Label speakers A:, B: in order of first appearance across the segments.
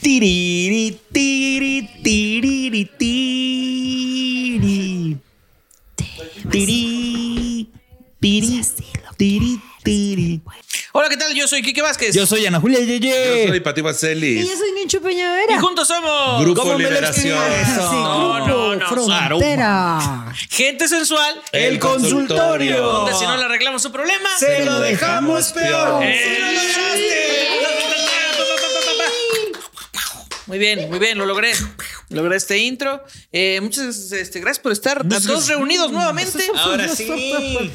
A: Tiriri, tiriri, tiriri, tiri. Tiri, tiri, tiri, tiri. Hola, ¿qué tal? Yo soy Kike Vázquez.
B: Yo soy Ana Julia Yeye.
C: Yo soy Pati
D: Y
C: Vaselis.
D: yo soy Nincho Peñavera.
A: Y juntos somos. Ah,
C: Grupo
B: ¿Cómo me lo
C: Liberación.
B: escribes?
D: Sí,
B: Eso.
A: No,
D: grupo
A: no, no,
D: Frontera.
A: Gente sensual.
B: El consultorio.
A: Donde si no le arreglamos su problema.
B: Se lo dejamos peor.
A: ¡Eh! Muy bien, muy bien, lo logré. Logré este intro. Eh, muchas este, gracias por estar los dos reunidos nuevamente.
C: Ahora sí.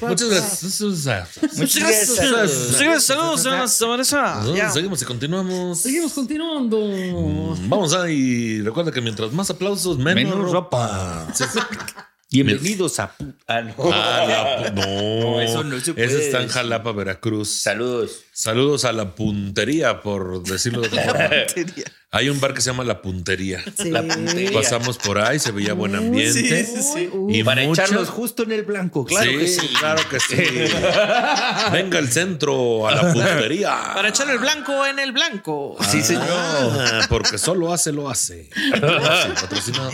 C: Muchas gracias.
A: Muchas gracias. Muchas gracias. Saludos a Vanessa. Ya.
C: Seguimos y continuamos. Mm,
D: Seguimos continuando.
C: Vamos a y recuerda que mientras más aplausos, menos,
B: Menos
C: ropa. Sí, sí.
B: Bienvenidos a... pu- Ah, no.
C: Ah, la pu- no.
B: No, eso no se puede
C: Ese está en
B: decir.
C: Jalapa, Veracruz.
B: Saludos.
C: Saludos a la puntería, por decirlo de otra forma. Hay un bar que se llama La Puntería.
D: Sí.
B: La puntería.
C: Pasamos por ahí, se veía buen ambiente.
B: Sí, sí, sí.
C: Y
B: Para
C: mucho-
B: echarlos justo en el blanco. Claro que sí.
C: Claro que sí. Venga al centro, a la puntería.
A: Para echar el blanco en el blanco.
B: Sí, señor.
C: Ah, porque solo hace, lo hace. Patrocinado.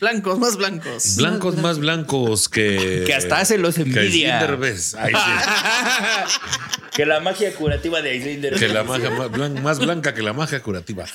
A: Blancos, más blancos.
C: Blancos más blancos que.
B: Que hasta hace los envidia.
C: Que, Slim Derbez. Ay, sí.
B: Que la magia curativa de Islinder.
C: Que la magia más, blan- más blanca que la magia curativa.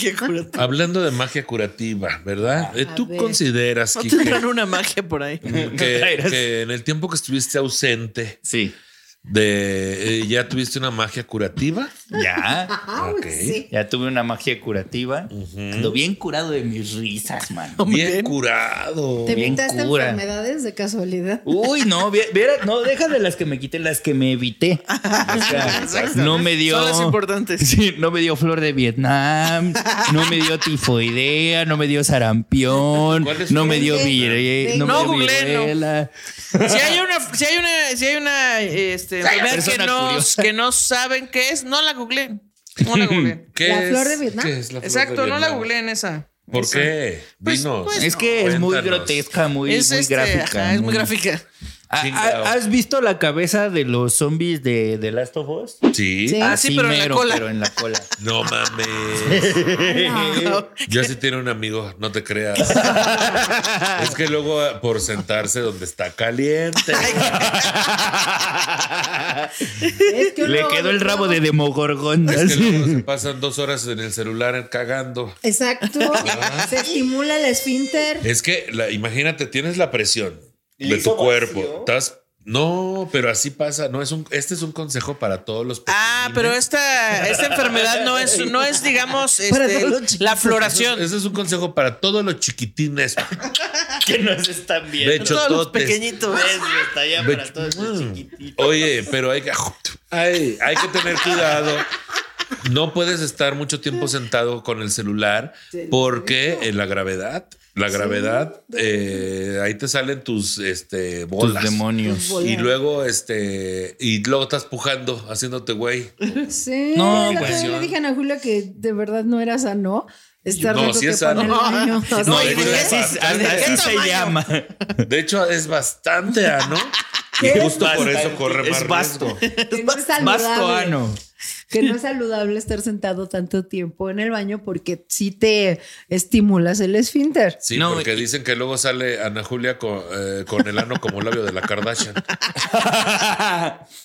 A: Qué curioso.
C: Hablando de magia curativa, ¿verdad? Eh, ¿Tú
D: ver.
C: consideras
A: No
C: Kike,
A: tendrán una magia por ahí.
C: que,
B: traerás.
C: que en el tiempo que estuviste ausente,
B: Sí.
C: de, eh, ¿ya tuviste una magia curativa?
B: Ya.
D: Ah, pues
C: Ok.
B: Ya tuve una magia curativa. Ando bien curado de mis risas, man.
C: Bien curado.
D: ¿Te
B: Bien
D: evitaste
B: cura.
D: enfermedades de casualidad?
B: Uy, no, vie- viera- no, deja de las que me quité, las que me evité. O sea, no me dio.
A: Son las importantes.
B: Sí, no me dio flor de Vietnam, no me dio tifoidea, no me dio sarampión,
C: es
B: no me
D: flor
B: dio
D: de-
B: vire, eh,
D: de-
B: no,
A: No,
B: me dio
A: googleen, no.
B: viruela.
A: Si hay una, si hay una, si hay una este, enfermedad que
B: persona
A: no,
B: curiosa.
A: que no saben qué es, no la googleen. No la googleen.
C: ¿Qué
D: La
C: es-
D: flor de Vietnam.
C: qué es la flor de
A: Exacto, no la
C: Vietnam?
A: googleen esa.
C: ¿Por
A: Esa.
C: qué?
A: Pues-
C: Dinos.
A: pues-
B: Es que es muy
C: Cuéntanos.
B: grotesca, muy,
A: es
B: muy
A: este,
B: gráfica.
A: ajá, es muy
B: muy-
A: gráfica.
B: Ah, ah, ¿Has visto la cabeza de los zombies de The Last of Us?
C: Sí.
D: Sí.
A: Ah, sí,
B: Así
A: pero en la cola.
B: Pero en la cola.
C: No mames. Yo sí tiene un amigo, no te creas. es que luego eh, por sentarse donde está caliente.
D: Es que
B: Le
D: uno-
B: quedó el rabo de Demogorgon.
C: es que
B: así.
C: luego se pasan dos horas en el celular cagando.
D: Exacto. Se estimula el esfínter.
C: Es que la- imagínate, tienes la presión de tu cuerpo. Estás. No, pero así pasa. No es un. Este es un consejo para todos los.
A: Ah,
C: pequeñines.
A: pero esta, esta enfermedad no es, no es, digamos, este,
D: Para todos los
A: la
C: Ese
A: floración.
C: es un consejo para todos los chiquitines.
B: que nos están viendo.
C: De
A: Para
C: hecho,
A: Todos los
C: totes.
A: pequeñitos.
B: está ya
C: Ve-
B: para todos los
C: Mm.
B: chiquititos.
C: Oye, pero hay que, ay, hay que tener cuidado. No puedes estar mucho tiempo sentado con el celular porque en la gravedad, la gravedad, eh, ahí te salen tus este,
B: Tus
C: bolas.
B: demonios.
C: Y luego, este, y luego estás pujando, haciéndote güey.
D: Sí.
B: No,
D: No,
B: pues,
C: yo-
D: le dije a Ana Julia que de verdad no era sano. Estar
C: No,
D: roto
C: sí
D: que
C: es sano.
D: poner baño. pues, O
B: No,
D: sea,
C: ¿de
B: y
C: qué?
B: así, así-
C: ¿De
B: así
C: qué
B: se llama.
C: De hecho, es bastante ano. Y justo por eso corre más
B: Es vasto.
C: riesgo.
D: que no es
B: Vasto
D: saludable.
B: ano.
D: Que no es saludable estar sentado tanto tiempo en el baño porque sí te estimulas el esfínter.
C: Sí,
B: No,
C: porque dicen que luego sale Ana Julia con, eh, con el ano como labio de la Kardashian.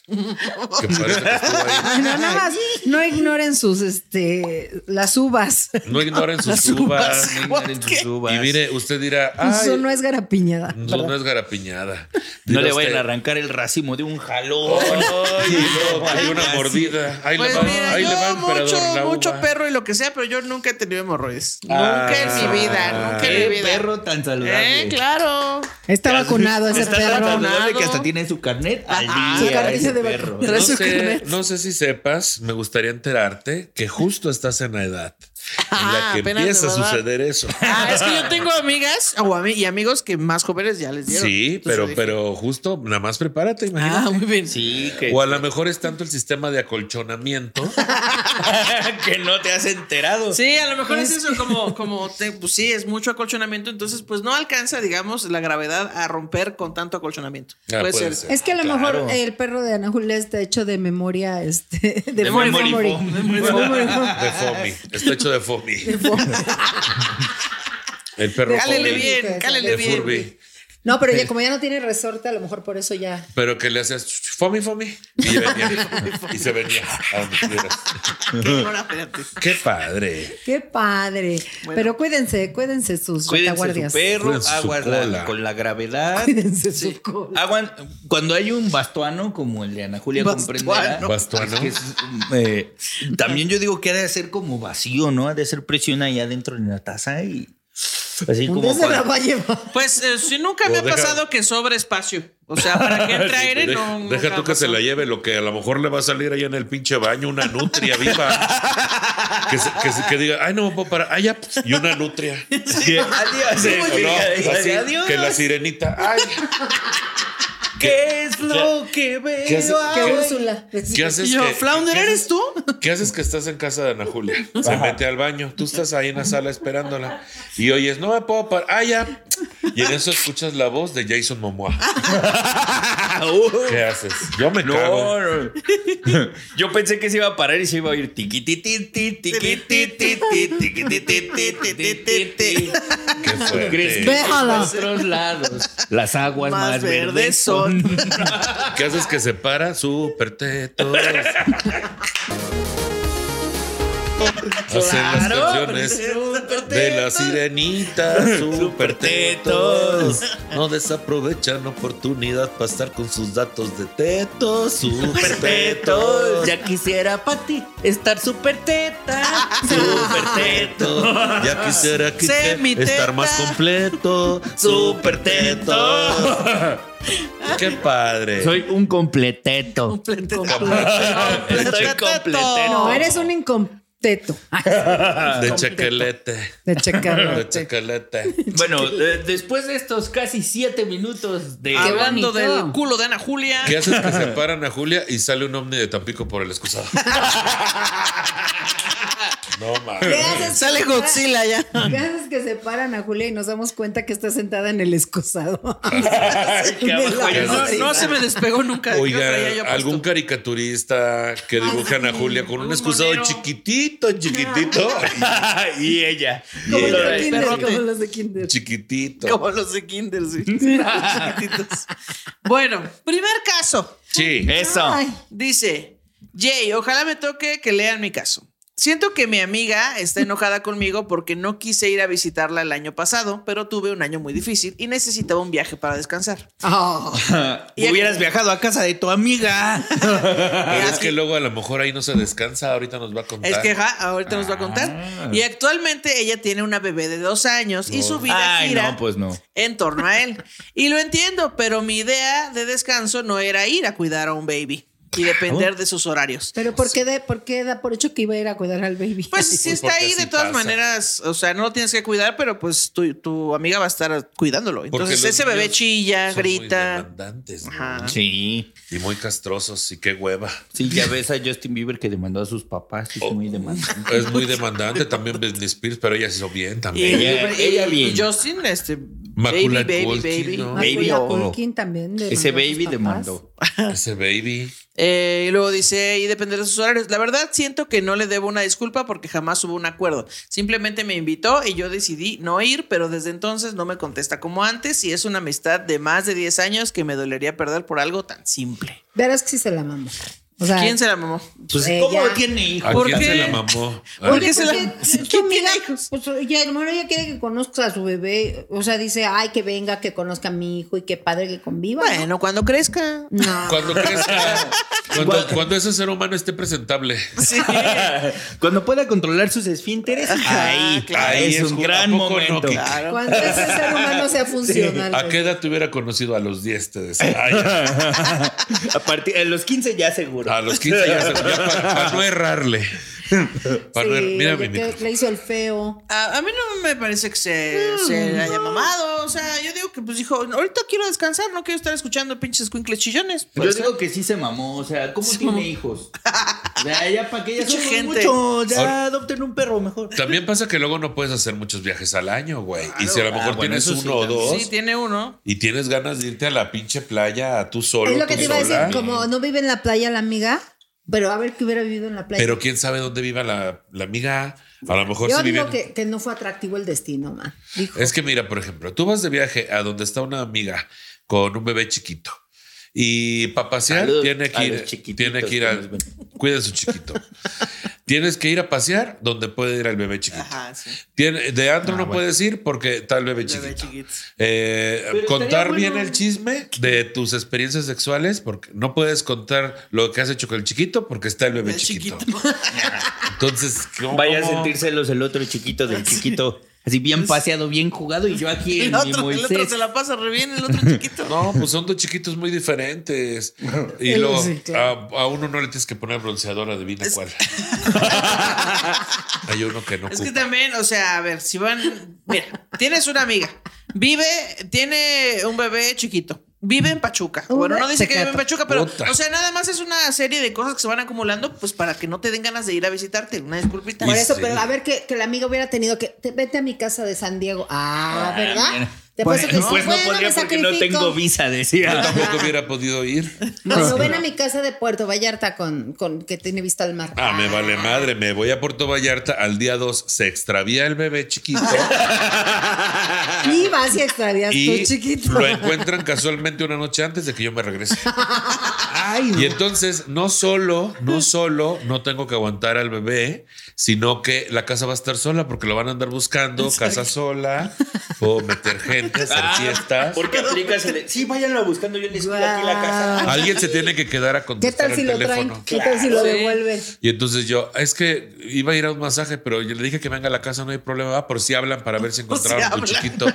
C: Que parece que estuvo ahí.
D: Ay, No, nada más, no ignoren sus, este, las uvas.
C: No ignoren sus uvas. Y
B: Y
C: mire, usted dirá,
D: Eso
C: ay,
D: no es garapiñada.
C: no,
D: perdón.
C: no es garapiñada.
B: no
C: Dirá
B: le vayan
C: usted,
B: a arrancar el racimo de un jalón.
C: Ay, no, que dio una
B: Ay,
C: mordida. Ay,
A: Pues, Pues
C: va,
A: mira,
C: ahí
A: yo
C: le va, emperador,
A: mucho,
C: la uva.
A: mucho perro y lo que sea, pero yo nunca he tenido hemorroides.
C: Ah.
A: nunca
C: eh,
A: en mi vida, nunca en mi
B: Qué
A: vida.
B: perro tan saludable.
A: Eh, claro.
D: Está vacunado ese
B: Está tan
D: perro.
B: saludable que hasta tiene su carnet al
A: Ah,
D: su
B: día.
D: carnet
B: ese
D: de
B: perro.
D: vacunación. Trae
C: No
D: su
C: sé,
D: carnet.
C: no sé si sepas, me gustaría enterarte que justo estás en la edad en
A: Ah,
C: la que
A: apenas
C: empieza
A: me
C: a
A: va a dar.
C: suceder eso.
A: Ah, es que yo tengo amigas o ami- y amigos que más jóvenes ya les dieron.
C: Sí,
A: Entonces
C: pero,
A: dije,
C: pero justo, nada más prepárate,
A: Ah,
C: imagínate.
A: muy bien.
B: Sí, que,
C: o a lo mejor es tanto el sistema de acolchonamiento.
B: que no te has enterado.
A: Sí, a lo mejor es eso, como, como te- pues sí, es mucho acolchonamiento, entonces pues no alcanza, digamos, la gravedad a romper con tanto acolchonamiento.
C: Ah,
A: puede,
C: puede
A: ser.
C: ser.
D: Es que a lo
B: Claro.
D: mejor el perro de Ana Julia está hecho de memoria, este, de,
B: De
D: memory
B: memory
D: foam.
B: foam.
D: Memory foam.
C: De foamy. Está hecho de foamy. El perro
A: Cálele
C: foamy.
A: bien, cálele
C: De
A: bien.
C: Furby.
D: No, pero ya como ya no tiene resorte, a lo mejor por eso ya.
C: Pero que le hacías foamy, foamy. Y, venía. y se venía. a donde quieras.
A: Ahora, espérate.
C: Qué padre.
D: Qué padre. Pero cuídense, cuídense sus
B: Cuídense
D: retaguardias.
B: su perro,
C: Cuídense su
B: aguas la-
C: cola.
B: con la gravedad.
D: Cuídense su cola.
B: Aguan- cuando hay un bastuano como el de Ana Julia
A: Bastuano.
B: comprenderá.
C: Bastuano.
B: es que es, eh, también yo digo que ha de ser como vacío, ¿no? Ha de ser presión ahí adentro en la taza y así
D: Un
B: como
D: día se la
B: cuando-
D: va a llevar.
A: Pues eh, sí, nunca me ha
C: Bodega.
A: pasado que sobre espacio. O sea, para que entre aire
C: De-
A: no.
C: deja
A: nunca
C: tú que se
A: pasó.
C: la lleve lo que a lo mejor le va a salir allá en el pinche baño una nutria viva. que, se- que se- que diga, ay, no me puedo parar. Ay, ya. pues, Y una nutria.
B: Sí, adiós.
C: Sí,
B: Muy
C: o
B: bien,
C: no,
B: adiós.
C: así,
B: Adiós.
C: que la sirenita. Ay,
B: ¿Qué es lo que veo?
C: ¿Qué hace-
D: Que
C: ¿Qué-
D: Úrsula.
C: ¿qué haces?
A: Y yo,
C: que-
A: Flounder,
C: qué haces-
A: ¿eres tú?
C: ¿Qué haces que estás en casa de Ana Julia? Se mete al baño. Tú estás ahí en la sala esperándola. Y oyes, no me puedo parar. Ah, ya. Y en eso escuchas la voz de Jason Momoa.
B: Ah, uh.
C: ¿Qué haces? Yo me cago.
B: No, no. Yo pensé que se iba a parar y se iba a oír tiquitititi, tiquitititi, tiquitititititititi.
C: Qué fuerte.
B: Crees que en
D: Déjala.
B: nuestros lados las aguas
A: Más
B: más,
A: verdes
B: verdes son.
C: ¿Qué haces que se para? Super tetos. Hacen las canciones de la sirenita, super tetos. No desaprovechan oportunidad para estar con sus datos de tetos, super tetos.
B: Ya quisiera Pati estar súper teta, súper teto,
C: Ya quisiera que
A: Semiteta.
C: estar más completo, super tetos. Qué padre.
B: Soy un completeto. Estoy completeto.
D: No, eres un incompleto. Ah,
C: de chequelete.
D: De
C: De
D: checarlo.
C: chequelete.
B: Bueno, de- después de estos casi siete minutos de
A: Hablando
D: bonito.
A: del culo de Ana Julia.
C: ¿Qué haces que separan a Julia y sale un ovni de Tampico por el excusado? No
D: ¿Qué
C: mames.
D: haces?
A: Sale Godzilla ya.
D: ¿Qué haces que se paran a Julia y nos damos cuenta que está sentada en el excusado?
B: qué abajo hay
A: No, no se me despegó nunca. Yo traía yo
C: Oiga,
A: puesto.
C: algún caricaturista que dibuje a Ana Julia con un
A: un
C: excusado
A: monero.
C: chiquitito, chiquitito,
B: y ella.
D: Como
C: Y
D: los de
C: el
D: Kinder,
A: perrote.
D: como los de Kinder.
C: chiquitito.
A: Como los de Kinder, sí. Chiquititos. Bueno, primer caso.
C: Sí.
B: Eso.
D: Ay,
A: Dice, Jay, ojalá me toque que lean mi caso. Siento que mi amiga está enojada conmigo porque no quise ir a visitarla el año pasado, pero tuve un año muy difícil y necesitaba un viaje para descansar. Y
B: Hubieras
A: aquí-
B: viajado a casa de tu amiga.
C: Pero Ah, es que luego a lo mejor ahí no se descansa, ahorita nos va a contar.
A: Es que ja, ahorita nos va a
B: Ah.
A: contar. Y actualmente ella tiene una bebé de dos años y su vida
B: Oh. Ay,
A: gira
B: no, pues no.
A: en torno a él. Y lo entiendo, pero mi idea de descanso no era ir a cuidar a un baby y depender de sus horarios.
D: Pero ¿por qué, de, ¿por qué da por hecho que iba a ir a cuidar al baby?
A: Pues si está
C: porque
A: ahí, de
C: así
A: todas
C: pasa.
A: maneras, o sea, no lo tienes que cuidar, pero pues tu, tu amiga va a estar cuidándolo.
C: Porque
A: Entonces
C: los
A: ese bebé
C: niños
A: chilla,
C: son muy
A: grita.
C: demandantes, ¿no?
A: Ajá.
B: Sí.
C: Y muy castrosos, y qué hueva.
B: Sí, ya ves a Justin Bieber que demandó a sus papás. Es muy demandante.
C: Es muy demandante también Britney Spears, pero ella se hizo bien
A: Y,
C: también.
B: Ella-
A: y-
B: ella
A: y
B: bien.
A: Justin, este,
C: Macula
A: baby, baby,
C: Culkin,
A: baby.
C: ¿no?
B: Baby
D: Macaulay
B: o-
D: Culkin también. demandó
B: Ese
D: a sus
B: baby
D: papás.
B: demandó.
C: Ese baby.
A: Eh, y luego dice, y depender de sus horarios. La verdad, siento que no le debo una disculpa porque jamás hubo un acuerdo. Simplemente me invitó y yo decidí no ir, pero desde entonces no me contesta como antes y es una amistad de más de 10 años que me dolería perder por algo tan simple.
D: Verás que sí se la mamó. O sea,
A: ¿Quién se la mamó?
B: Pues,
D: Ella.
B: ¿cómo tiene hijos?
C: ¿A
A: ¿Por
C: quién
A: qué?
C: se la mamó?
A: ¿Por qué
C: Ay,
A: se la-
D: Pues, tu amiga, pues oye, hermano, ella quiere que conozcas a su bebé. O sea, dice, ay, que venga, que conozca a mi hijo y que padre que conviva. ¿no?
A: Bueno, cuando crezca.
D: No.
C: Ah, Cuando crezca, cuando, cuando ese ser humano esté presentable.
A: Sí.
B: Cuando pueda controlar sus esfínteres, ahí,
C: claro.
B: ahí
C: Ahí
B: es,
C: es
B: un
C: ju-
B: gran
C: ¿a poco no?
B: momento.
C: Claro.
D: Cuando ese ser humano sea funcional.
C: ¿A Ah, qué edad te hubiera conocido? A los 10, te decía. Ay,
B: A partir de los 15 ya seguro.
C: a los 15 ya se ya para, para no errarle. Para no er-
D: pues. Sí,
C: Mira,
D: oye,
C: mi
D: que
C: micro.
D: le hizo el feo.
A: A, a mí no me parece que se, se
D: Mm.
A: la haya mamado. O sea, yo digo que pues dijo, ahorita quiero descansar, no quiero estar escuchando pinches cuincles chillones.
B: Yo digo que sí se mamó, o sea, ¿cómo tiene hijos? O sea, ya para que ya
A: Mucha
B: somos
A: gente.
B: muchos, ya
C: Ahora-
B: adopten un perro mejor.
C: También pasa que luego no puedes hacer muchos viajes al año, güey. y si a lo
B: Ah,
C: mejor
B: bueno,
C: tienes
B: eso
C: uno
B: sí,
C: o
B: también.
C: dos
A: Sí, tiene uno.
C: y tienes ganas de irte a la pinche playa tú solo.
D: Es lo que
C: tú
D: te iba a decir,
C: sola.
D: como no vive en la playa la amiga, pero a ver que hubiera vivido en la playa.
C: Pero quién sabe dónde viva la, la amiga. A lo mejor
D: Yo
C: si
D: digo
C: viven-
D: que, que no fue atractivo el destino, ma. Dijo.
C: Es que mira, por ejemplo, tú vas de viaje a donde está una amiga con un bebé chiquito y papasear
B: Salud
C: tiene que
B: a
C: ir,
B: los chiquititos
C: tiene que ir
B: que
C: al,
B: nos ven.
C: cuida su chiquito. Tienes que ir a pasear donde puede ir el bebé chiquito.
A: Ajá, Ah, sí.
C: Tiene- de
B: Ah,
C: antro no puedes ir porque está el bebé
A: Bebé
C: chiquito.
A: chiquito.
C: Eh,
B: Pero
C: contar
B: estaría
C: bien
B: bueno.
C: el chisme de tus experiencias sexuales porque no puedes contar lo que has hecho con el chiquito porque está el bebé
A: Bebé
C: chiquito.
A: chiquito.
C: Entonces, ¿cómo?
B: Vaya a sentírselos el otro chiquito del chiquito. Así bien paseado, bien jugado y yo aquí en
A: El
B: mi
A: otro, el otro
B: Moisés.
A: se la pasa re bien, el otro chiquito.
C: No, pues son dos chiquitos muy diferentes. Y
D: Eso
C: luego
D: sí, claro.
C: a, a uno no le tienes que poner bronceador, adivina cuál. Hay uno que pues, no
A: Es
C: ocupa.
A: que también, o sea, a ver, si van, mira, tienes una amiga, vive, tiene un bebé chiquito, vive en Pachuca.
D: Un
A: Bueno, no dice que vive en
D: secreto.
A: Pachuca, pero,
C: Puta.
A: o sea, nada más es una serie de cosas que se van acumulando, pues para que no te den ganas de ir a visitarte. Una disculpita.
D: Por
C: Y
D: eso,
C: sí.
D: pero a ver que, que la amiga hubiera tenido que te- vete a mi casa de San Diego. Ah,
B: Ah,
D: ¿verdad?
B: mira.
D: Te
B: Pues,
D: apuesto que sí.
B: pues no
D: Bueno,
B: podría
D: me
B: porque no
D: sacrifico.
B: tengo visa,
C: Yo
B: decía.
C: tampoco hubiera podido ir.
D: Bueno, ven a mi casa de Puerto Vallarta con, con que tiene vista al mar.
C: Ah, me vale madre, me voy a Puerto Vallarta al día 2, se extravía el bebé chiquito
D: Ah, Y vas y extravías
C: y
D: tú, chiquito.
C: lo encuentran casualmente una noche antes de que yo me regrese.
B: Ay,
C: Y entonces, no solo, no solo no tengo que aguantar al bebé, sino que la casa va a estar sola porque lo van a andar buscando, casa sola, o meter gente, hacer fiestas.
B: Ah. ¿Por qué aplicas el de- Sí, váyanlo buscando, yo les cuido aquí la
D: Guau.
B: casa.
C: Alguien se tiene que quedar a
D: Ah, ¿Qué
C: contestar
D: tal si
C: el
D: lo traen?
C: teléfono.
D: ¿Qué tal si lo
A: Claro, sí.
D: devuelven?
C: Y entonces yo, es que iba a ir a un masaje, pero yo le dije que venga a la casa, no hay problema, ah, por si hablan para ver si
A: Por si
C: encontraron tu
A: hablan.
C: chiquito.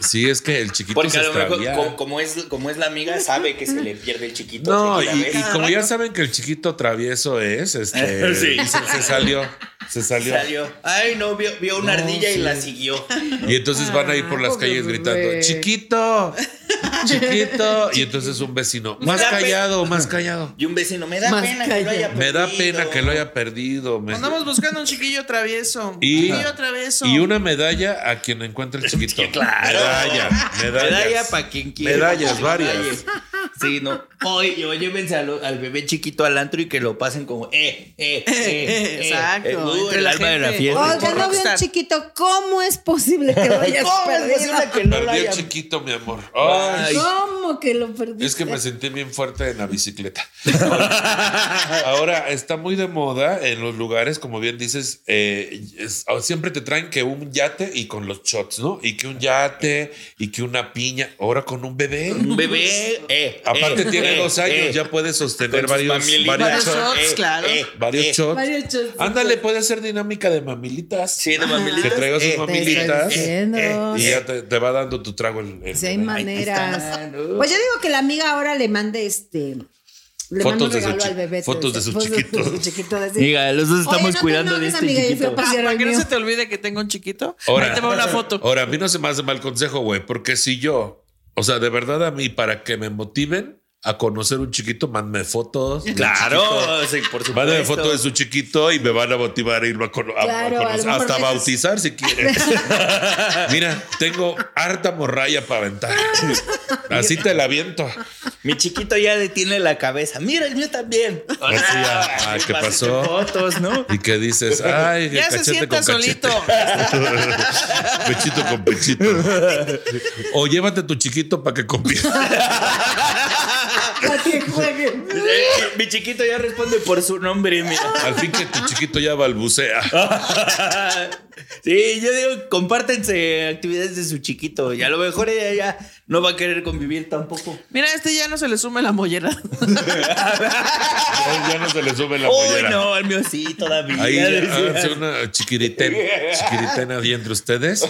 C: Sí, es que el chiquito
B: Porque
C: se
B: a lo mejor,
C: extravía.
B: co- como es, como es la amiga, sabe que se le pierde el chiquito.
C: No, y,
B: así que la
C: y
B: ve.
C: como ya saben que el chiquito travieso es, este,
B: Sí.
C: se, se salió, se salió.
B: Salió. Ay, no, vio, vio una
C: No,
B: ardilla y
C: sí.
B: la siguió.
C: Y entonces van a ir por las
D: pobre
C: calles gritando,
D: bebé.
C: chiquito, chiquito. Y entonces un vecino, más
B: Ya, pe-
C: callado, más callado.
B: Y un vecino, me da
D: Más
B: pena que lo haya
C: Me da
B: perdido.
C: pena que lo haya perdido. me-
A: Andamos buscando un chiquillo travieso.
C: Y-
A: chiquillo travieso.
C: Y una medalla a quien encuentre el chiquito.
B: Sí, claro.
C: Medalla, medallas.
B: Medalla para quien quiera.
C: Medallas, varias.
B: Medallas. Sí, no. Oye, oye, llévense al, al bebé chiquito al antro y que lo pasen como, eh, eh, eh. eh,
A: exacto,
B: eh, uh,
A: entre
B: el
A: la
B: alma de la
A: gente.
B: fiesta.
A: Oiga,
D: Oiga, no veo
A: Rockstar.
D: chiquito, ¿cómo es posible que lo hayas
B: ¿Cómo es
D: perdido?
B: posible que no lo
C: Perdí el
B: haya
C: chiquito, mi amor. Ay,
B: Ay.
D: ¿Cómo que lo perdiste?
C: Es que me sentí bien fuerte en la bicicleta. Ahora está muy de moda en los lugares, como bien dices, eh, es- siempre te traen que un yate y con los shots, ¿no? Y que un yate y que una piña. Ahora con un bebé.
B: Un bebé, eh.
C: Aparte
B: eh,
C: tiene
B: eh,
C: dos años,
B: eh.
C: ya puede sostener
B: Con sus
C: varios,
B: mamilitas. eh,
C: varios
A: Varios
C: shots.
A: shots. claro.
C: Varios shots.
D: Varios shots.
C: Ándale, puede ser dinámica de mamilitas.
B: Sí, de mamilitas.
C: Que traiga sus
B: eh,
D: Te estoy
C: mamilitas.
D: diciendo.
C: Eh, Y ya te, te va dando tu trago el, el
D: Si hay
C: bebé.
D: maneras.
B: está, ¿no?
D: Pues yo digo que la amiga ahora le mande este. Le
C: Fotos
D: manda un
C: de su
D: regalo
C: chi-
D: al bebé.
C: fotos de su chiquito.
D: de su chiquito, de ese-
B: Diga, los dos
D: Oye,
B: estamos
D: no te
B: cuidando de
D: enojes,
B: este
D: amiga, yo fui
B: chiquito.
D: a pasear
A: para
D: al
A: que no
D: mío.
A: se te olvide que tengo un chiquito,
C: Ahora,
A: ahí te va una foto.
C: Ahora, a mí no se me hace mal consejo, güey, porque si yo, o sea, de verdad a mí, para que me motiven a conocer un chiquito, mándenme fotos. del chiquito.
B: Claro, sí, por supuesto.
C: Mándenme fotos de su chiquito y me van a motivar a irlo a, cono- a- a
D: Claro, a lo
C: conocer,
D: mejor
C: hasta
D: metes-
C: bautizar si quieren. Mira, tengo harta morralla para aventar. Así te la aviento.
B: Mi chiquito ya detiene la cabeza. Mira, el mío también.
C: Así ya. Ah, ¿qué
B: Pasen
C: pasó?
B: Fotos, ¿no?
C: Y que dices, ay,
A: Ya se
C: cachete
A: sienta
C: con cachete.
A: solito.
C: Pechito con pechito. O llévate tu chiquito para que compita.
D: A que juegue.
B: Mi chiquito ya responde por su nombre, mira.
C: Al fin que tu chiquito ya balbucea.
B: Ah. Sí, yo digo, compártense actividades de su chiquito y a lo mejor ella ya no va a querer convivir tampoco.
A: Mira, a este ya no se le sume la mollera.
C: Ay, ya no se le sube la
B: Uy,
C: pollera.
B: no, el mío sí, todavía.
C: Ahí ah,
B: decía.
C: hace una chiquiritena, chiquiritena ahí entre ustedes.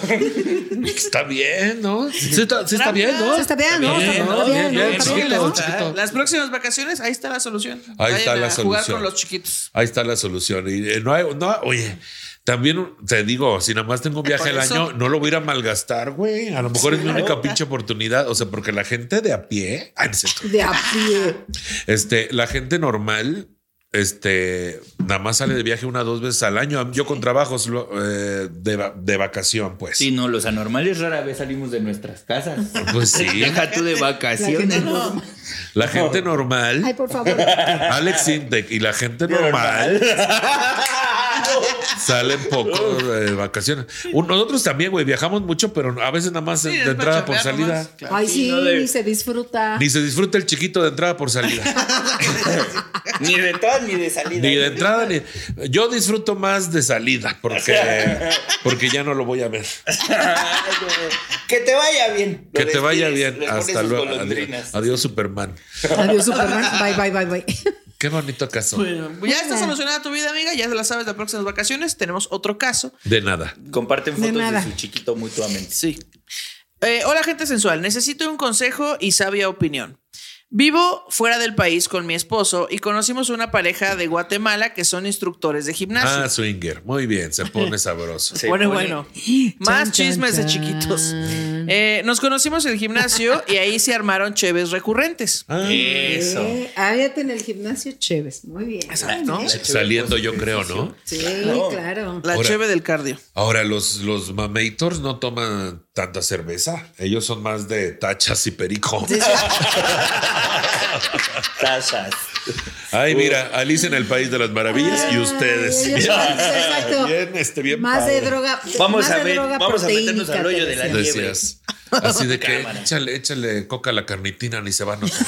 C: Está bien, ¿no? Sí está, sí está bien, ¿no?
D: Sí está bien, ¿no? Está
C: Bien, bien,
D: bien, ¿no?
C: bien,
D: Está
C: chiquito,
D: bien, ¿no?
C: chiquito.
A: Las próximas vacaciones, ahí está la solución.
C: Ahí está la
A: a Jugar
C: solución.
A: con los chiquitos.
C: Ahí está la solución. Y eh, no hay, no, oye, también te digo, si nada más tengo un viaje
A: Por
C: al
A: eso.
C: año, no lo voy a ir a malgastar, güey. A lo mejor es mi única pinche oportunidad. O sea, porque la gente de a pie, Ay, no es cierto.
D: De a pie.
C: este, la gente normal, este, nada más sale de viaje una o dos veces al año. Yo con trabajos lo- eh, de, va- de vacación, pues.
B: Sí, no, los anormales rara vez salimos de nuestras casas.
C: Pues sí,
B: Deja tú de vacaciones.
D: No.
C: la gente
D: Ay,
C: normal,
D: por favor.
C: Alex Intec y la gente normal salen poco de vacaciones. Un- Nosotros también, güey, viajamos mucho, pero a veces nada más
A: Sí,
C: de
A: es
C: entrada por
A: para chambear
C: salida.
A: nomás, claro.
D: Ay, sí,
B: no debe.
D: ni se disfruta.
C: Ni se disfruta el chiquito de entrada por salida.
B: ni de todas ni de salida.
C: ni de entrada ni. Yo disfruto más de salida porque, porque ya no lo voy a ver.
B: que te vaya bien.
C: Que
B: Lo
C: te vaya
B: despides,
C: bien.
B: les pones
C: Hasta
B: sus
C: luego.
B: golondrinas.
C: Adiós, adiós, Superman.
D: Adiós, Superman. Bye, bye, bye, bye.
C: Qué bonito caso.
A: Pues ya está solucionada tu vida, amiga. Ya la sabes, las próximas vacaciones tenemos otro caso.
C: De nada.
B: Comparten fotos de,
D: nada.
B: su chiquito mutuamente.
A: Sí. Eh, hola, gente sensual. Necesito un consejo y sabia opinión. Vivo fuera del país con mi esposo y conocimos una pareja de Guatemala que son instructores de gimnasio.
C: Ah, swinger. Muy bien. Se pone sabroso.
B: Se
A: Pone
B: pone-
A: bueno. Más
D: Chan,
A: chismes de
D: chan,
A: chiquitos.
D: chan.
A: Eh, nos conocimos en el gimnasio y ahí se armaron cheves recurrentes.
C: Ah,
B: Eso.
D: Eh, Hágate en el gimnasio, Chévez. Muy bien.
A: Exacto.
D: Muy bien.
C: saliendo, yo creo, ¿no?
D: Sí,
B: No.
D: claro.
A: La
C: Ahora-
A: cheve del cardio.
C: Ahora, los, los mamators no toman tanta cerveza. Ellos son más de tachas y perico.
B: Tazas.
C: Ay, mira, Alice en el País de las Maravillas y
D: Ay,
C: ustedes.
D: ellos- exacto.
C: Bien, este, bien
D: más de
C: padre.
D: droga.
B: Vamos
D: más
B: a
D: de
B: ver,
D: droga
B: vamos a meternos
D: proteínica,
B: al hoyo
D: te
B: de la
D: decía.
B: nieve.
C: Decías. Así de que
B: Cámara.
C: échale, échale coca a la carnitina, ni se va a notar.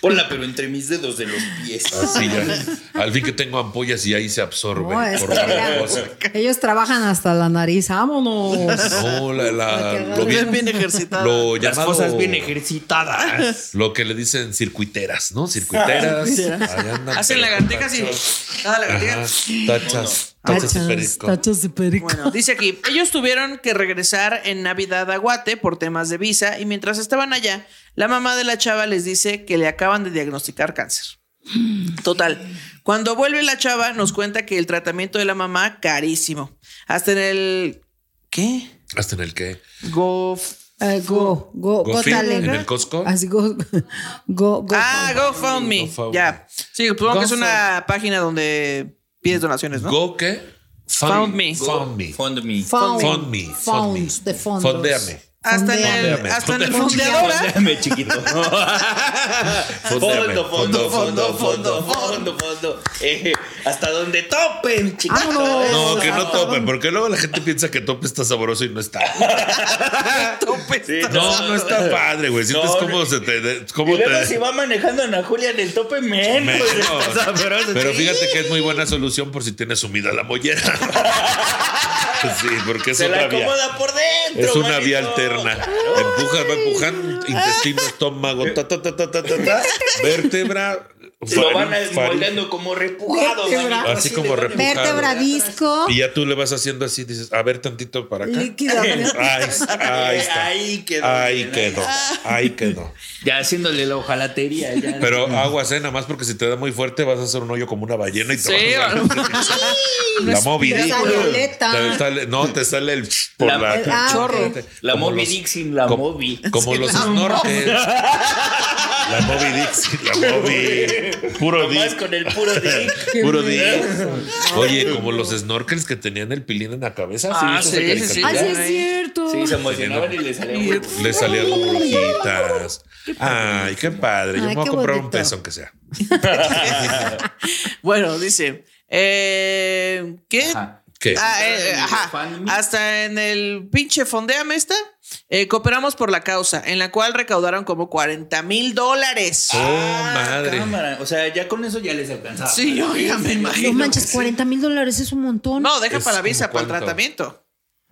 B: Ponla, pero entre mis dedos de los pies.
C: Así Ah, Pues ya. Al fin que tengo ampollas y ahí se absorbe.
D: No, es
C: por
D: que
C: la
D: ya-
C: cosa.
D: ellos trabajan hasta la nariz. Vámonos.
C: No, la- la-
D: Para que
C: lo, bien-
A: Bien, bien ejercitada.
C: lo
B: Las
C: llamado-
B: cosas bien ejercitadas.
C: Lo que le dicen circuiteras,
D: Ah,
C: ¿no? Circuiteras. ahí andan,
A: Hacen
C: pero
A: lagartijas
C: con
A: y.
C: tachas.
A: Ah,
C: Ajá,
A: lagartijas.
C: Tachas. Tachas de
D: Tachas,
C: perico.
D: tachas de perico.
A: Bueno, dice aquí, ellos tuvieron que regresar en Navidad a Guate por temas de visa y mientras estaban allá, la mamá de la chava les dice que le acaban de diagnosticar cáncer. Total, cuando vuelve la chava nos cuenta que el tratamiento de la mamá carísimo. Hasta en el ¿qué?
C: ¿Hasta en el qué?
A: Gof
D: Eh, go, go, go,
C: ¿Gofil?
D: dale.
C: ¿En el Costco?
D: Así go, go, go.
A: Ah, GoFundMe.
C: GoFundMe.
A: Ya. Sí, supongo que es
C: GoFundMe.
A: una página donde pides donaciones, ¿no?
C: ¿Go qué?
A: Found me.
C: Found me.
B: Fund me.
D: Found,
C: Fund me, fund me.
D: Found, de fondos.
C: Fondeame.
A: Hasta en el,
C: Fondeame,
A: hasta en el
C: fondeame.
A: fondeadora.
B: Fondeame, chiquito.
C: Fondeame.
B: Fondo, fondo, fondo, fondo, fondo, fondo. Eh, hasta donde topen, chiquito.
D: Vámonos.
C: Ah, No, que no tope, porque luego la gente piensa que tope está sabroso y no está.
B: Sí,
C: No, no está padre, güey. Sientes
B: No,
C: cómo
B: no.
C: se te.
B: Y
C: Cómo
B: luego si
C: te
B: va manejando Ana Julia en el tope, menos.
C: Menos.
B: está sabroso.
C: pero
B: Sí.
C: fíjate que es muy buena solución por si tienes sumida la mollera. Sí, porque es
B: Se la
C: otra vía.
B: acomoda por dentro.
C: Es una
B: manito.
C: vía alterna. Empuja, va empujando intestino, estómago, ta, ta, ta, ta, ta, ta, ta, vértebra.
B: Lo van
C: farin-
B: moldeando como repujado.
D: Vértebra.
B: manito.
C: Así como
B: le van
C: repujado.
D: Vértebra disco.
C: Y ya tú le vas haciendo así, dices, a ver tantito para acá. Ah,
D: Líquido.
C: Ahí, ahí está.
B: Ahí quedó.
C: Ahí quedó. Ahí quedó.
B: Ya haciéndole la ojalatería. ya.
C: Pero aguas, ¿eh? Nada más porque si te da muy fuerte vas a hacer un hoyo como una ballena y te
A: Sí,
C: vas a La Moby
D: Te
C: Dick.
D: sale aleta.
C: Te sale- no, te sale el por
B: La-
C: la,
B: el-
D: ah,
C: chorro.
D: ok.
B: La
C: Como
B: Moby
C: los-
B: Dick sin la
C: como-
B: Moby.
C: Como los snorkels. La Moby Dick, sí, la Moby. Puro
B: Nomás
C: Dick.
B: con el puro Dick.
C: Puro Dick. Oye, como los snorkels que tenían el pilín en la cabeza. ¿sí
A: Ah,
C: viste esa
A: sí, sí, sí.
C: caricatura?
D: Ah, sí, es cierto.
B: Sí, se emocionaban y le salía.
C: Le salían burbujitas. Ay, qué padre. Yo
D: Ay,
C: me voy
D: qué
C: a comprar un
D: bonito.
C: peso, aunque sea.
A: Bueno, dice. eh, ¿Qué?
B: Ajá.
C: ¿Qué?
A: Ah, eh,
B: en el
A: ajá.
B: fan meet.
A: Hasta en el pinche fondeame esta Eh, cooperamos por la causa, en la cual recaudaron como 40 mil dólares.
C: Oh,
B: Ah,
C: madre.
B: Cámara. O sea, ya con eso ya les alcanzaba.
A: Sí, yo ya me imagino.
D: No manches,
A: que sí.
D: 40 mil dólares es un montón.
A: No, deja
C: Es
A: para la visa,
C: como
A: para el
C: cuánto.
A: tratamiento.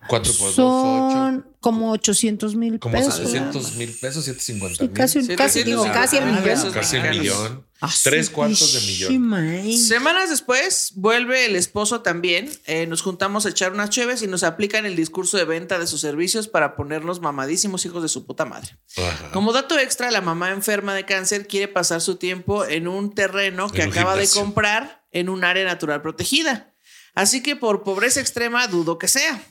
C: 4 por 2, 8.
D: Son como 800 mil
C: Como
D: pesos.
C: 700 mil pesos, 750
D: Sí,
C: mil.
D: casi,
A: Sí,
D: casi, digo,
A: 350
D: casi el
A: mil
D: millón.
A: pesos
C: Casi el
A: mexicanos.
C: millón.
D: Ah,
C: Tres
D: sí,
C: cuartos de
D: sí,
C: millón.
D: man.
A: Semanas después vuelve el esposo también. Eh, nos juntamos a echar unas cheves y nos aplican el discurso de venta de sus servicios para ponernos mamadísimos hijos de su puta madre.
C: Ajá.
A: Como dato extra, la mamá enferma de cáncer quiere pasar su tiempo en un terreno que
C: En un
A: acaba
C: gimnasio.
A: de comprar en un área natural protegida. Así que por pobreza extrema dudo que sea.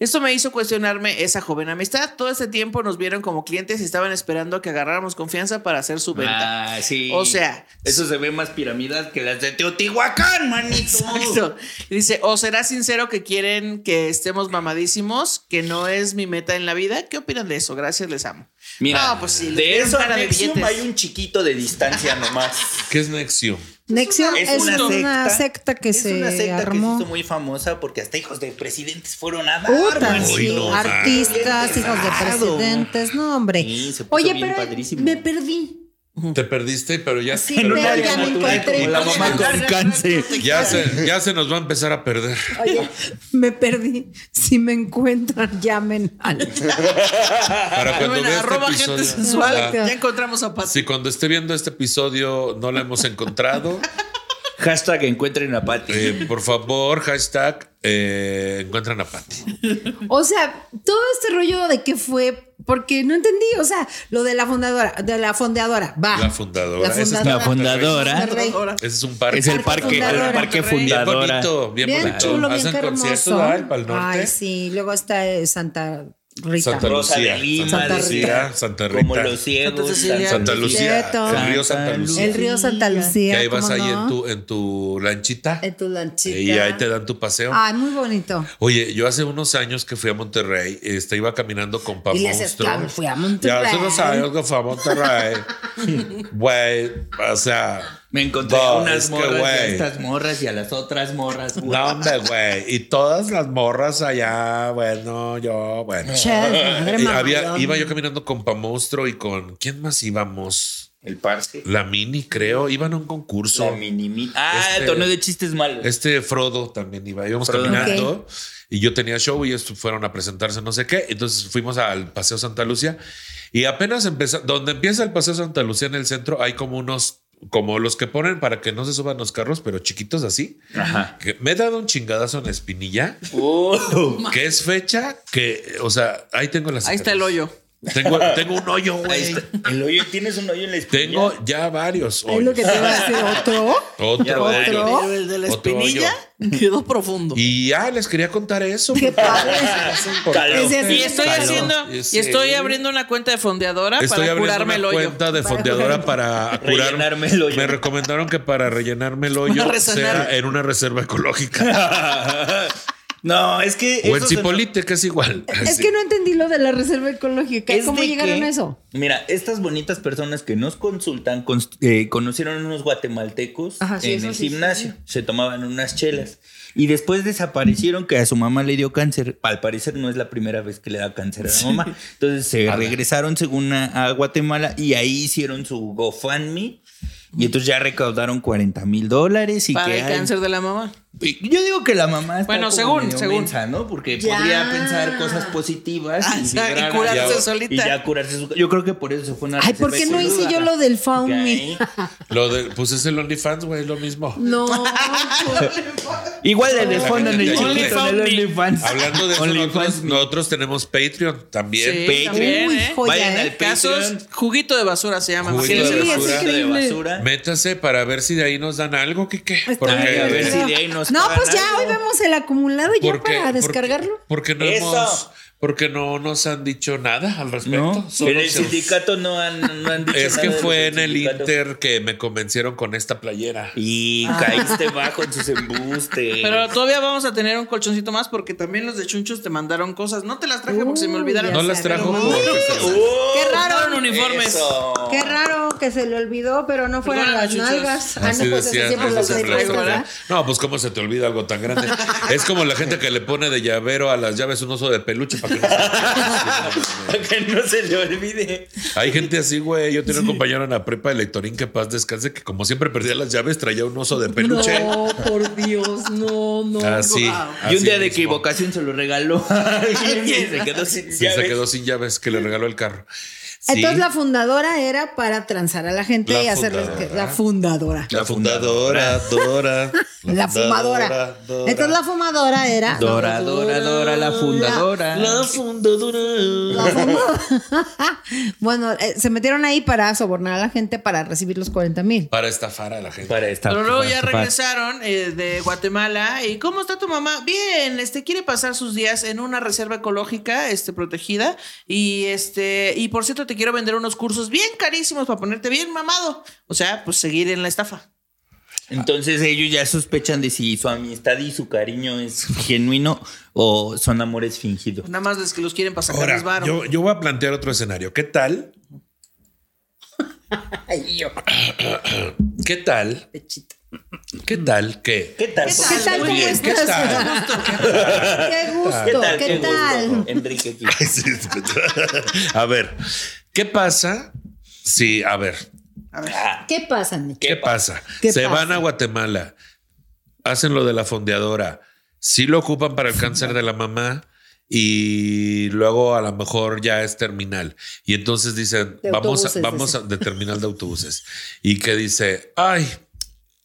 A: Esto me hizo cuestionarme esa joven amistad. Todo este tiempo nos vieron como clientes y estaban esperando a que agarráramos confianza para hacer su venta.
B: Ah, sí.
A: O sea,
B: Eso se ve más piramidal que las de Teotihuacán, manito.
A: Exacto. Y Dice, o será sincero que quieren que estemos mamadísimos, que no es mi meta en la vida. ¿Qué opinan de eso? Gracias, les amo.
B: Mira,
A: No, pues sí, le
B: de
A: dieron
B: eso
A: cara
B: a
A: de
B: Nexium
A: billetes.
B: hay un chiquito de distancia nomás.
C: ¿Qué es Nexium?
D: Nexium
B: Es
D: es,
B: una
D: una, secta,
B: secta.
D: que
B: es
D: se
B: una secta que se hizo
D: armó.
B: muy famosa porque hasta hijos de presidentes fueron a dar,
D: Puta,
B: manito.
C: Uy,
D: sí,
C: no,
D: artistas,
B: bien
D: hijos de
B: pesado.
D: presidentes, no, hombre.
B: Sí, se puso
D: Oye,
B: bien
D: pero
B: padrísimo.
D: me perdí.
C: Te perdiste, pero ya,
D: Sí,
C: pero
D: pero
C: ya,
D: ya me encontré.
B: Como la mamá con cáncer.
C: ya se, ya se nos va a empezar a perder.
D: Oye, me perdí. Si me encuentran, llamen al.
C: Para cuando
A: Bueno,
C: vea este
A: arroba gente
C: episodio.
A: sensual.
C: Ajá.
A: Ya encontramos a Pat.
C: Si cuando esté viendo este episodio no la hemos encontrado,
B: Hashtag encuentren a Pati.
C: eh, por favor, hashtag eh, encuentran a Pati.
D: O sea, todo este rollo de qué fue, porque no entendí. O sea, lo de la fundadora, de la fondeadora, va.
C: La fundadora.
D: Ah, La
C: Esa es
D: fundadora.
C: la fundadora.
D: Monterrey.
A: Ahora,
C: Ese es un parque.
B: Es el
D: parque,
B: parque,
D: fundadora.
B: el parque
C: Bien
B: fundadora.
C: bonito, bien,
D: Bien
C: bonito.
D: chulo, bien
C: Hacen
D: qué
C: conciertos
D: hermoso.
C: ay, pa'l norte.
D: Ay, sí. Luego está eh, Santa Rita.
C: Santa
B: Rosa de
C: Lucía,
B: Lima,
C: Santa
D: de-
C: Lucía, Santa Rita,
B: Como los ciegos.
A: Santa Cecilia.
C: Santa Lucía,
D: Cierto.
C: el río Santa Lucía.
D: el río Santa
C: Que
D: Lucía.
C: ahí vas
D: ¿cómo
C: ahí
D: no?
C: en tu, en tu lanchita.
D: En tu lanchita.
C: Y ahí te dan tu paseo.
D: Ay, muy bonito.
C: Oye, yo hace unos años que fui a Monterrey, este, iba caminando con Pam
D: Y le haces, "Claro, fui a Monterrey".
C: Ya hace unos años que fui a Monterrey. Güey, o sea,
B: Me encontré
C: No,
B: a unas
C: es que,
B: morras y a
C: güey.
B: estas morras y a las otras morras. güey.
C: no, hombre, güey. Y todas las morras allá, bueno, yo, bueno.
D: Che, madre
C: Y había,
D: mamalona.
C: iba yo caminando con Pamonstro y con quién más íbamos.
B: El parque.
C: La mini, creo. Iban a un concurso.
B: La mini mi- Ah,
C: Este-
B: el torneo de chistes malos.
C: Este Frodo también iba, íbamos
B: Frodo.
C: caminando y yo tenía show y ellos fueron a presentarse no sé qué. Entonces fuimos al Paseo Santa Lucía y apenas empezó, donde empieza el Paseo Santa Lucía en el centro hay como unos, como los que ponen para que no se suban los carros, pero chiquitos así.
B: Ajá.
C: Que me he dado un chingadazo en la espinilla,
B: Uh,
C: que es fecha que, o sea, ahí tengo las.
A: Ahí está el hoyo.
C: Tengo, tengo un hoyo,
B: ahí
C: güey.
B: está. El hoyo, tienes un hoyo en la espalda.
C: Tengo ya varios
D: Es lo
C: hoyos.
D: que te iba a decir otro.
B: Ya
C: Otro.
B: varios.
C: hoyo.
A: Pero el de la
C: Otro
A: espinilla quedó profundo. Y,
C: Y ah, les quería contar eso.
D: Qué
C: porque
D: padre.
C: es importante.
D: Ese sí.
A: estoy
C: Calor.
A: haciendo,
C: Sí.
A: y estoy abriendo una cuenta de fondeadora
C: Estoy
A: para
C: abriendo
A: curarme
C: una
A: el hoyo.
C: cuenta de
D: Para
C: fondeadora
D: curarme.
C: para curar-
B: Rellenarme el hoyo.
C: Me recomendaron que para rellenarme el
A: Para
C: hoyo
A: resanar.
C: sea en una reserva ecológica
B: No, es que.
C: o en
B: esos
C: Cipolite, que es igual.
D: Es
C: Sí.
D: que no entendí lo de la reserva ecológica.
B: Es
D: ¿Cómo
B: de
D: llegaron
B: que-
D: a eso?
B: Mira, estas bonitas personas que nos consultan cons- eh, conocieron unos guatemaltecos
D: Ajá, sí,
B: en
D: eso
B: el
D: sí,
B: gimnasio. Se tomaban unas chelas y después desaparecieron que a su mamá le dio cáncer. Al parecer no es la primera vez que le da cáncer a la mamá. Entonces se regresaron según a, a Guatemala y ahí hicieron su GoFundMe y entonces ya recaudaron 40 mil dólares y
A: Para
B: que
A: el
B: hay-
A: cáncer de la mamá.
B: y Yo digo que la mamá está
A: Bueno,
B: como
A: según,
B: medio
A: según.
B: mensa, ¿no? Porque
D: Ya.
B: podría pensar cosas positivas
A: Ah, o sea, y
B: vibrar
A: curarse
B: hacia-
A: solita.
B: Y ya curarse su- Yo creo que por eso se fue una
D: Ay, ¿por qué no hice yo lo del Found Me?
C: Lo de, pues es el OnlyFans, güey, es lo mismo.
D: No.
B: Igual le desfondan el
C: Only
B: chiquito
A: found
B: del
A: me.
B: OnlyFans.
C: Hablando de eso, nosotros,
B: OnlyFans.
C: nosotros tenemos Patreon también.
A: Sí,
B: Patreon.
A: también,
D: Uy,
A: ¿eh?
D: joya,
B: Vayan
D: ¿eh?
B: al
A: Casos,
B: Patreon.
A: juguito de basura se llama.
C: Juguito
A: Sí,
C: de
A: sí,
C: basura.
A: sí.
B: de
D: increíble.
B: basura.
C: Métase para ver si de ahí nos dan algo, que qué.
D: Está
C: Porque,
B: Ay, a ver
D: bien.
B: si de ahí nos
D: No,
B: pagan
D: pues ya,
B: algo.
D: hoy vemos el acumulado ya
C: porque-
D: para
C: porque-
D: descargarlo.
C: Porque, no
B: Eso.
C: hemos- porque no nos han dicho nada al respecto.
B: No,
C: Solo
B: en el
C: se-
B: sindicato no han, no han dicho
C: Es que
B: nada
C: fue
B: del
C: en el
B: sindicato.
C: Inter que me convencieron con esta playera.
B: Y caíste bajo en sus embustes.
A: Pero todavía vamos a tener un colchoncito más porque también los de Chunchos te mandaron cosas. No te las traje porque se me
D: Uy,
A: olvidaron.
C: No
D: Ya
C: las
D: sé,
C: trajo
D: no
C: porque se las-
B: ¡Oh!
A: Qué raro en uniformes.
B: Eso.
D: Qué raro que se le olvidó, pero no fueron
A: Bueno,
D: las
A: chuchos.
D: nalgas. Ah,
C: Así
D: no, pues
C: decía,
D: ese siempre
C: así
D: lo
C: siempre
D: doy
C: las
D: puestas,
C: ponen.
D: ¿verdad?
C: No, pues cómo se te olvida algo tan grande. Es como la gente que le pone de llavero a las llaves un oso de peluche para que no se-
B: Para que no se le olvide.
C: Hay gente así, güey. Yo tenía un compañero en la prepa de Lectorín que paz descanse, que como siempre perdía las llaves, traía un oso de peluche.
D: No, por Dios, no, no.
C: Así,
B: y un
C: así
B: día de
C: mismo.
B: equivocación se lo regaló a alguien y se quedó sin
C: Sí, se
B: llaves.
C: quedó sin llaves que le regaló el carro. Sí,
D: Entonces la fundadora era para transar a la gente
C: La
D: y hacerles
C: fundadora.
D: que- la fundadora.
C: la fundadora, Dora.
D: La, fumadora.
C: Dora.
D: Entonces la fumadora era
B: Dora, Dora, Dora, la fundadora.
A: La fundadora.
D: La fuma- bueno, eh, se metieron ahí para sobornar a la gente para recibir los 40 mil.
C: Para estafar a la gente.
B: Para esta.
A: Pero luego
B: para
A: ya
B: esta-
A: regresaron eh, de Guatemala. ¿Y cómo está tu mamá? Bien, este quiere pasar sus días en una reserva ecológica, este, protegida. Y este, y por cierto, te quiero vender unos cursos bien carísimos para ponerte bien mamado. O sea, pues seguir en la estafa.
B: Entonces ellos ya sospechan de si su amistad y su cariño es genuino o son amores fingidos.
A: Nada más les que los quieren pasar
C: Ahora,
A: sacarles varo.
C: yo, yo voy a plantear otro escenario. ¿Qué tal? ¿Qué tal? ¿Qué tal que?
B: ¿Qué tal?
D: ¿Qué tal?
C: Muy
D: ¿Cómo
C: bien, ¿qué
D: estás?
C: tal?
D: Qué gusto, qué tal.
B: Enrique aquí.
C: Sí, escucha. a ver, ¿qué pasa? Sí, a ver,
D: ¿Qué pasa, Nick?
C: ¿qué, pasa?
D: ¿Qué
C: Se
D: pasa?
C: van a Guatemala, hacen lo de la fondeadora, sí lo ocupan para el cáncer de la mamá y luego a lo mejor ya es terminal. Y entonces dicen,
D: De
C: vamos, a,
D: autobuses,
C: vamos a,
D: dice.
C: de terminal de autobuses. Y que dice, ay,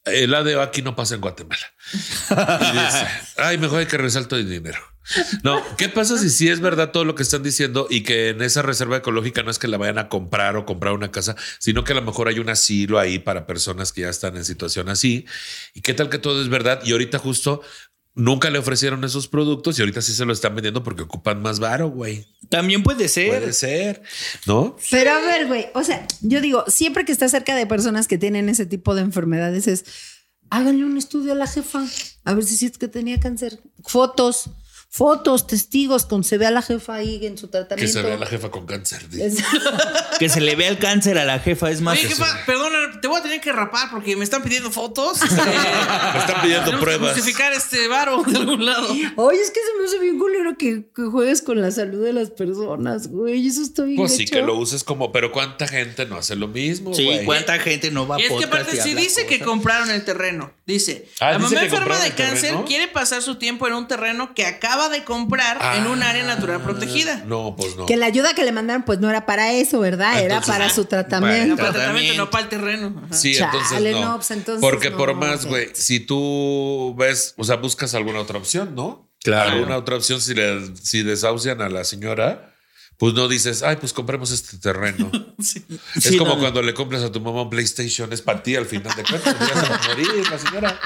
C: el ADO aquí no pasa en Guatemala. Y dice, ay, mejor hay que regresar todo el dinero. No, ¿qué pasa si sí es verdad todo lo que están diciendo y que en esa reserva ecológica no es que la vayan a comprar o comprar una casa, sino que a lo mejor hay un asilo ahí para personas que ya están en situación así? ¿Y qué tal que todo es verdad? Y ahorita justo nunca le ofrecieron esos productos y ahorita sí se lo están vendiendo porque ocupan más varo, güey.
B: También puede ser.
C: Puede ser, ¿no?
D: Pero a ver, güey, o sea, yo digo, siempre que estás cerca de personas que tienen ese tipo de enfermedades es, háganle un estudio a la jefa, a ver si es que tenía cáncer. Fotos, fotos, testigos, con se ve a la jefa ahí en su
C: Que
D: tratamiento.
C: se vea la jefa con cáncer. dice.
D: Es-
B: Que se le vea el cáncer a la jefa es más.
A: Oye, jefa, perdona, te voy a tener que rapar porque me están pidiendo fotos. Este,
C: Me están pidiendo
A: tenemos que
C: pruebas.
A: Justificar este varo de algún lado.
D: Oye, es que se me hace bien culero que, que juegues con la salud de las personas, güey. Eso está bien.
C: Pues sí,
D: gacho.
C: que lo uses como, pero ¿cuánta gente no hace lo mismo?
B: Sí,
C: güey?
B: ¿cuánta gente no va a
A: Y es que
B: podcast
A: aparte
B: y
A: sí
B: habla
A: dice que
B: cosas?
A: compraron el terreno. Dice,
C: Ah,
A: la
C: dice
A: mamá
C: que
A: enferma
C: compraron
A: de
C: el
A: cáncer
C: terreno.
A: quiere pasar su tiempo en un terreno que acaba de comprar en un área natural protegida.
C: Ah, No, pues no.
D: Que la ayuda que le mandaron, pues no era para eso, ¿verdad? era
C: Entonces,
D: para su
A: No,
D: tratamiento.
A: para el
B: Tratamiento.
A: tratamiento, no para el terreno. Ajá.
C: Sí,
D: Chale,
C: entonces no.
D: no, pues entonces
C: Porque
D: no,
C: por más,
D: sí.
C: güey, si tú ves, o sea, buscas alguna otra opción, ¿no?
B: Claro.
C: Alguna otra opción, si, le- si desahucian a la señora, pues no dices, ay, pues compremos este terreno. Es
B: Sí,
C: como
B: no.
C: cuando le compras a tu mamá un PlayStation, es para ti al final de cuentas, ya se va a morir la señora.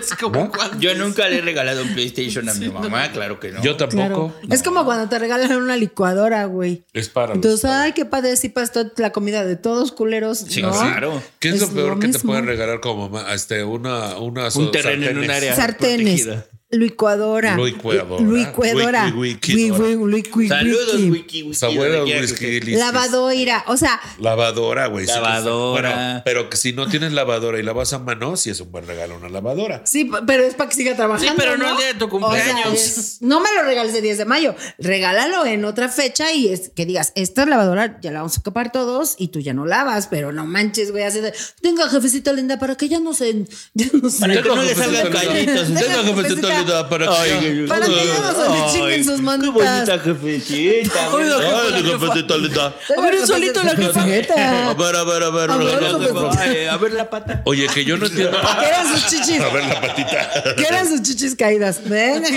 A: Es como
C: ¿No?
A: cuando-
B: Yo nunca le he regalado un PlayStation a mi mamá, claro que no.
C: Yo tampoco.
D: Claro. Es como cuando te regalan una licuadora, güey.
C: Es para los-
D: Entonces, ay, qué padre, sí, para toda la comida de todos culeros.
B: Sí,
D: ¿no?
B: claro.
C: ¿Qué es,
D: Es
C: lo peor
D: lo
C: que te
D: mismo.
C: pueden regalar como mamá? Este, una, una
B: Un terreno en un área.
D: Sartenes,
B: Protegida.
D: licuadora,
C: Licuadora.
D: licuadora,
C: Wiki- wikidora.
D: wi- wi- liqui-
B: Saludos,
D: wiki.
B: Wiki Wiki.
C: Sabuelo,
B: donde quiera que
C: whisky,
B: estés.
C: listis.
D: lavadoira, o sea,
C: Lavadora, güey. sí que está-
B: Lavadora.
C: bueno, pero que si no tienes lavadora y lavas a mano, sí es un buen regalo una lavadora.
D: sí, p- pero es para que siga trabajando.
A: Sí, pero no el día de tu cumpleaños.
D: es- no me lo regales de 10 de mayo, regálalo en otra fecha y es que digas, esta lavadora ya la vamos a ocupar todos y tú ya no lavas, pero no manches, güey, así de, tenga jefecita linda para que ya no se, ya no se-
B: Para que no le salgan
C: jefecita
B: callitos.
D: linda.
C: Tengo que meter
D: jefecita.
C: toalita para
B: Ay,
C: que.
B: qué-
D: Para que ya no se le
B: Ay,
D: chinguen sus
B: Qué
D: mantas.
B: bonita jefecita. mira.
C: Ay, tengo que meter toalita.
D: A ver, un solito la
C: A
D: jefecita.
C: ver, a ver, a ver, a ver, a ver.
B: Ay, eh, A ver la pata.
C: Oye, que yo no entiendo.
D: Que eran sus chichis.
C: A ver la patita.
D: Que eran sus chichis caídas. Venga,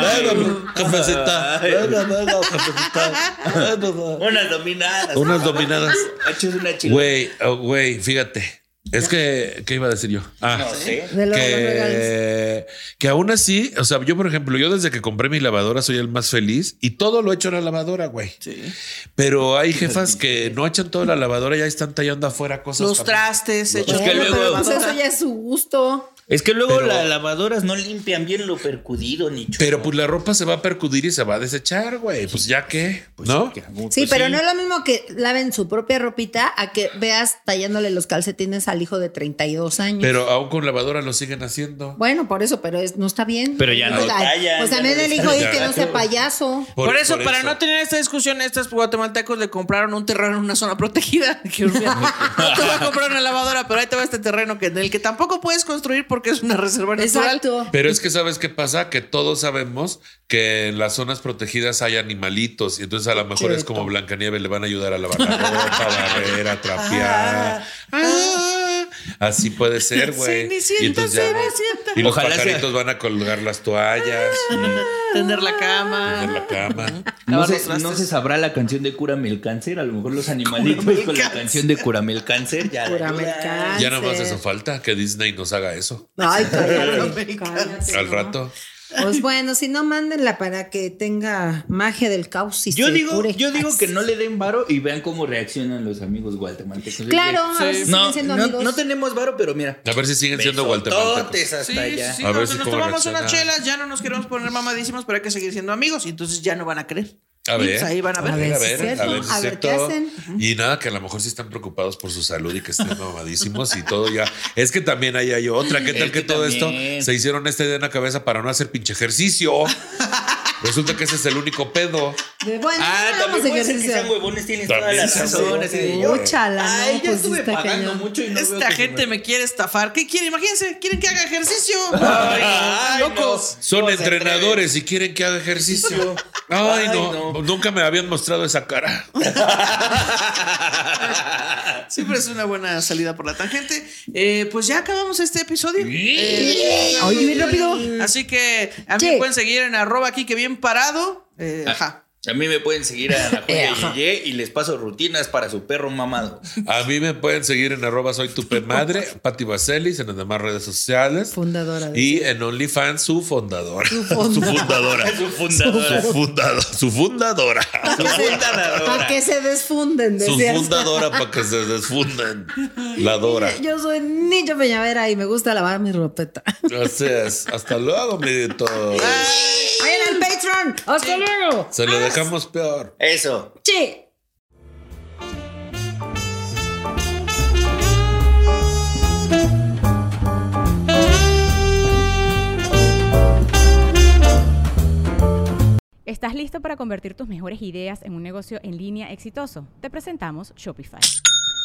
C: Venga, mi jefecita. Venga, venga, jefecita. Venga.
B: Unas dominadas.
C: Unas dominadas.
B: Haces una chingada.
C: Güey, oh, güey, fíjate. Es que, ¿qué iba a decir yo? Ah,
B: No sé.
D: de los regalos.
C: que, que aún así, o sea, yo por ejemplo, yo desde que compré mi lavadora soy el más feliz y todo lo echo en la lavadora, güey.
A: Sí.
C: Pero hay jefas que no echan toda la lavadora y ahí están tallando afuera cosas.
A: Los
C: también.
A: trastes
B: Es
A: hechos
B: que
A: por la
D: Bueno,
B: luego-
D: pero pues
A: lavadora.
D: eso ya es su gusto.
B: Es que luego
C: Pero-
B: las lavadoras no limpian bien lo percudido, ni chulo.
C: Pero pues la ropa se va a percudir y se va a desechar, güey. Pues ya qué, ¿no?
B: Pues
D: Sí, pero no es lo mismo que laven su propia ropita a que veas tallándole los calcetines al hijo de 32 años.
C: Pero aún con lavadora lo siguen haciendo.
D: bueno, por eso, pero es, no está bien.
B: Pero ya no
D: Pues, ay,
B: tallan,
D: Pues
B: ya
D: también
B: no
D: el hijo dice que no
C: tallan.
D: sea payaso.
A: Por, eso, para no tener esta discusión, estos guatemaltecos le compraron un terreno en una zona protegida. Que un día, no te voy a comprar una lavadora, pero ahí te va este terreno que, en el que tampoco puedes construir porque es una reserva natural.
D: Exacto.
C: Pero es que sabes qué pasa, que todos sabemos que en las zonas protegidas hay animalitos y entonces a lo mejor es como Blancanieves le van a ayudar a lavar la ropa, barrer, a trapear. Ah, así puede ser, güey.
A: Cenicienta,
C: Y entonces ya-
A: Cenicienta.
C: Y los
B: Ojalá sea-
C: pajaritos van a colgar las toallas,
A: Tender la cama.
C: en la cama.
B: No
A: lavar
B: se,
A: los trastes.
B: no se sabrá la canción de Cúrame el cáncer. A lo mejor los animalitos
A: el
B: con la
A: cáncer.
B: canción de Cúrame el cáncer. Ya la
D: Cúrame el
B: ayudan.
D: cáncer.
C: Ya nada más eso falta que Disney nos haga eso
D: Ay,
A: Cúrame
D: cállate,
A: el
D: cállate,
C: al
D: no.
C: rato.
D: Pues bueno, si no, mándenla para que tenga magia del caos y
B: Yo
D: se
B: digo,
D: cure.
B: yo digo que no le den varo y vean cómo reaccionan los amigos guatemaltecos.
D: Claro, a ver si siguen
B: no,
D: siendo
B: no-
D: amigos.
B: no tenemos varo, pero mira.
C: A ver si siguen siendo guatemaltecos.
B: Besototes hasta
A: Sí,
B: allá.
A: sí,
C: A ver
A: nos,
C: si
A: nos
C: cómo
A: tomamos
C: reacciona.
A: unas chelas, ya no nos queremos poner mamadísimos, pero hay que seguir siendo amigos y entonces ya no van a creer.
C: A
A: Y,
C: ver,
A: pues, ahí van a ver.
C: a ver, a
D: si es
C: ver,
D: cierto,
C: a ver si
D: a
C: es
D: ver qué
C: cierto.
D: hacen.
C: Y nada, que a lo mejor sí están preocupados por su salud y que estén mamadísimos y todo ya. Es que también ahí hay otra. ¿Qué tal
B: Es
C: que,
B: que
C: todo
B: también.
C: esto se hicieron esta idea en la cabeza para no hacer pinche ejercicio? Resulta que ese es el único pedo.
D: De- Bueno,
B: Ah,
D: vamos
B: también
D: a
B: puede ser que sean
D: ejercicio.
B: huevones, tienes
C: También
B: todas las
C: sean
B: razones.
D: huevones. Úchala, ¿no?
B: Ay, ya
D: Pues
B: estuve
D: está
B: pagando
D: cañón.
B: mucho y no veo
A: Esta
B: que se
A: gente
B: me-
A: me quiere estafar. ¿Qué quieren? Imagínense, quieren que haga ejercicio.
B: Ay, ay, no.
A: locos.
C: Son
B: ¿Cómo se
C: entrenadores y quieren que haga ejercicio.
B: Ay,
C: Ay, no,
B: no.
C: Nunca me habían mostrado esa cara.
A: Siempre es una buena salida por la tangente. Eh, pues ya acabamos este episodio. Eh,
D: Oye, bien rápido.
A: Así que a mí
D: Sí.
A: me pueden seguir en arroba aquí que bien parado. Eh, ajá.
B: A mí me pueden seguir a la
D: Eh,
B: Julia Yeye y les paso rutinas para su perro mamado.
C: A mí me pueden seguir en arroba soy tu madre, Pati Vaselis, en las demás redes sociales.
D: Fundadora de-
C: Y en OnlyFans, su fundadora. Su, fundadora.
B: Su fundadora.
C: Su, fundado- su fundadora.
B: Su fundadora.
D: Para que se desfunden,
C: Su
D: decías.
C: fundadora para que se desfunden. La Dora.
D: Yo soy Niño Peñavera y me gusta lavar mi ropeta.
C: Así es. Hasta luego, amiguitos.
D: Vayan al Patreon. Hasta luego.
C: Se lo dejamos peor.
B: Eso.
D: Che.
E: ¿Estás listo para convertir tus mejores ideas en un negocio en línea exitoso? Te presentamos Shopify.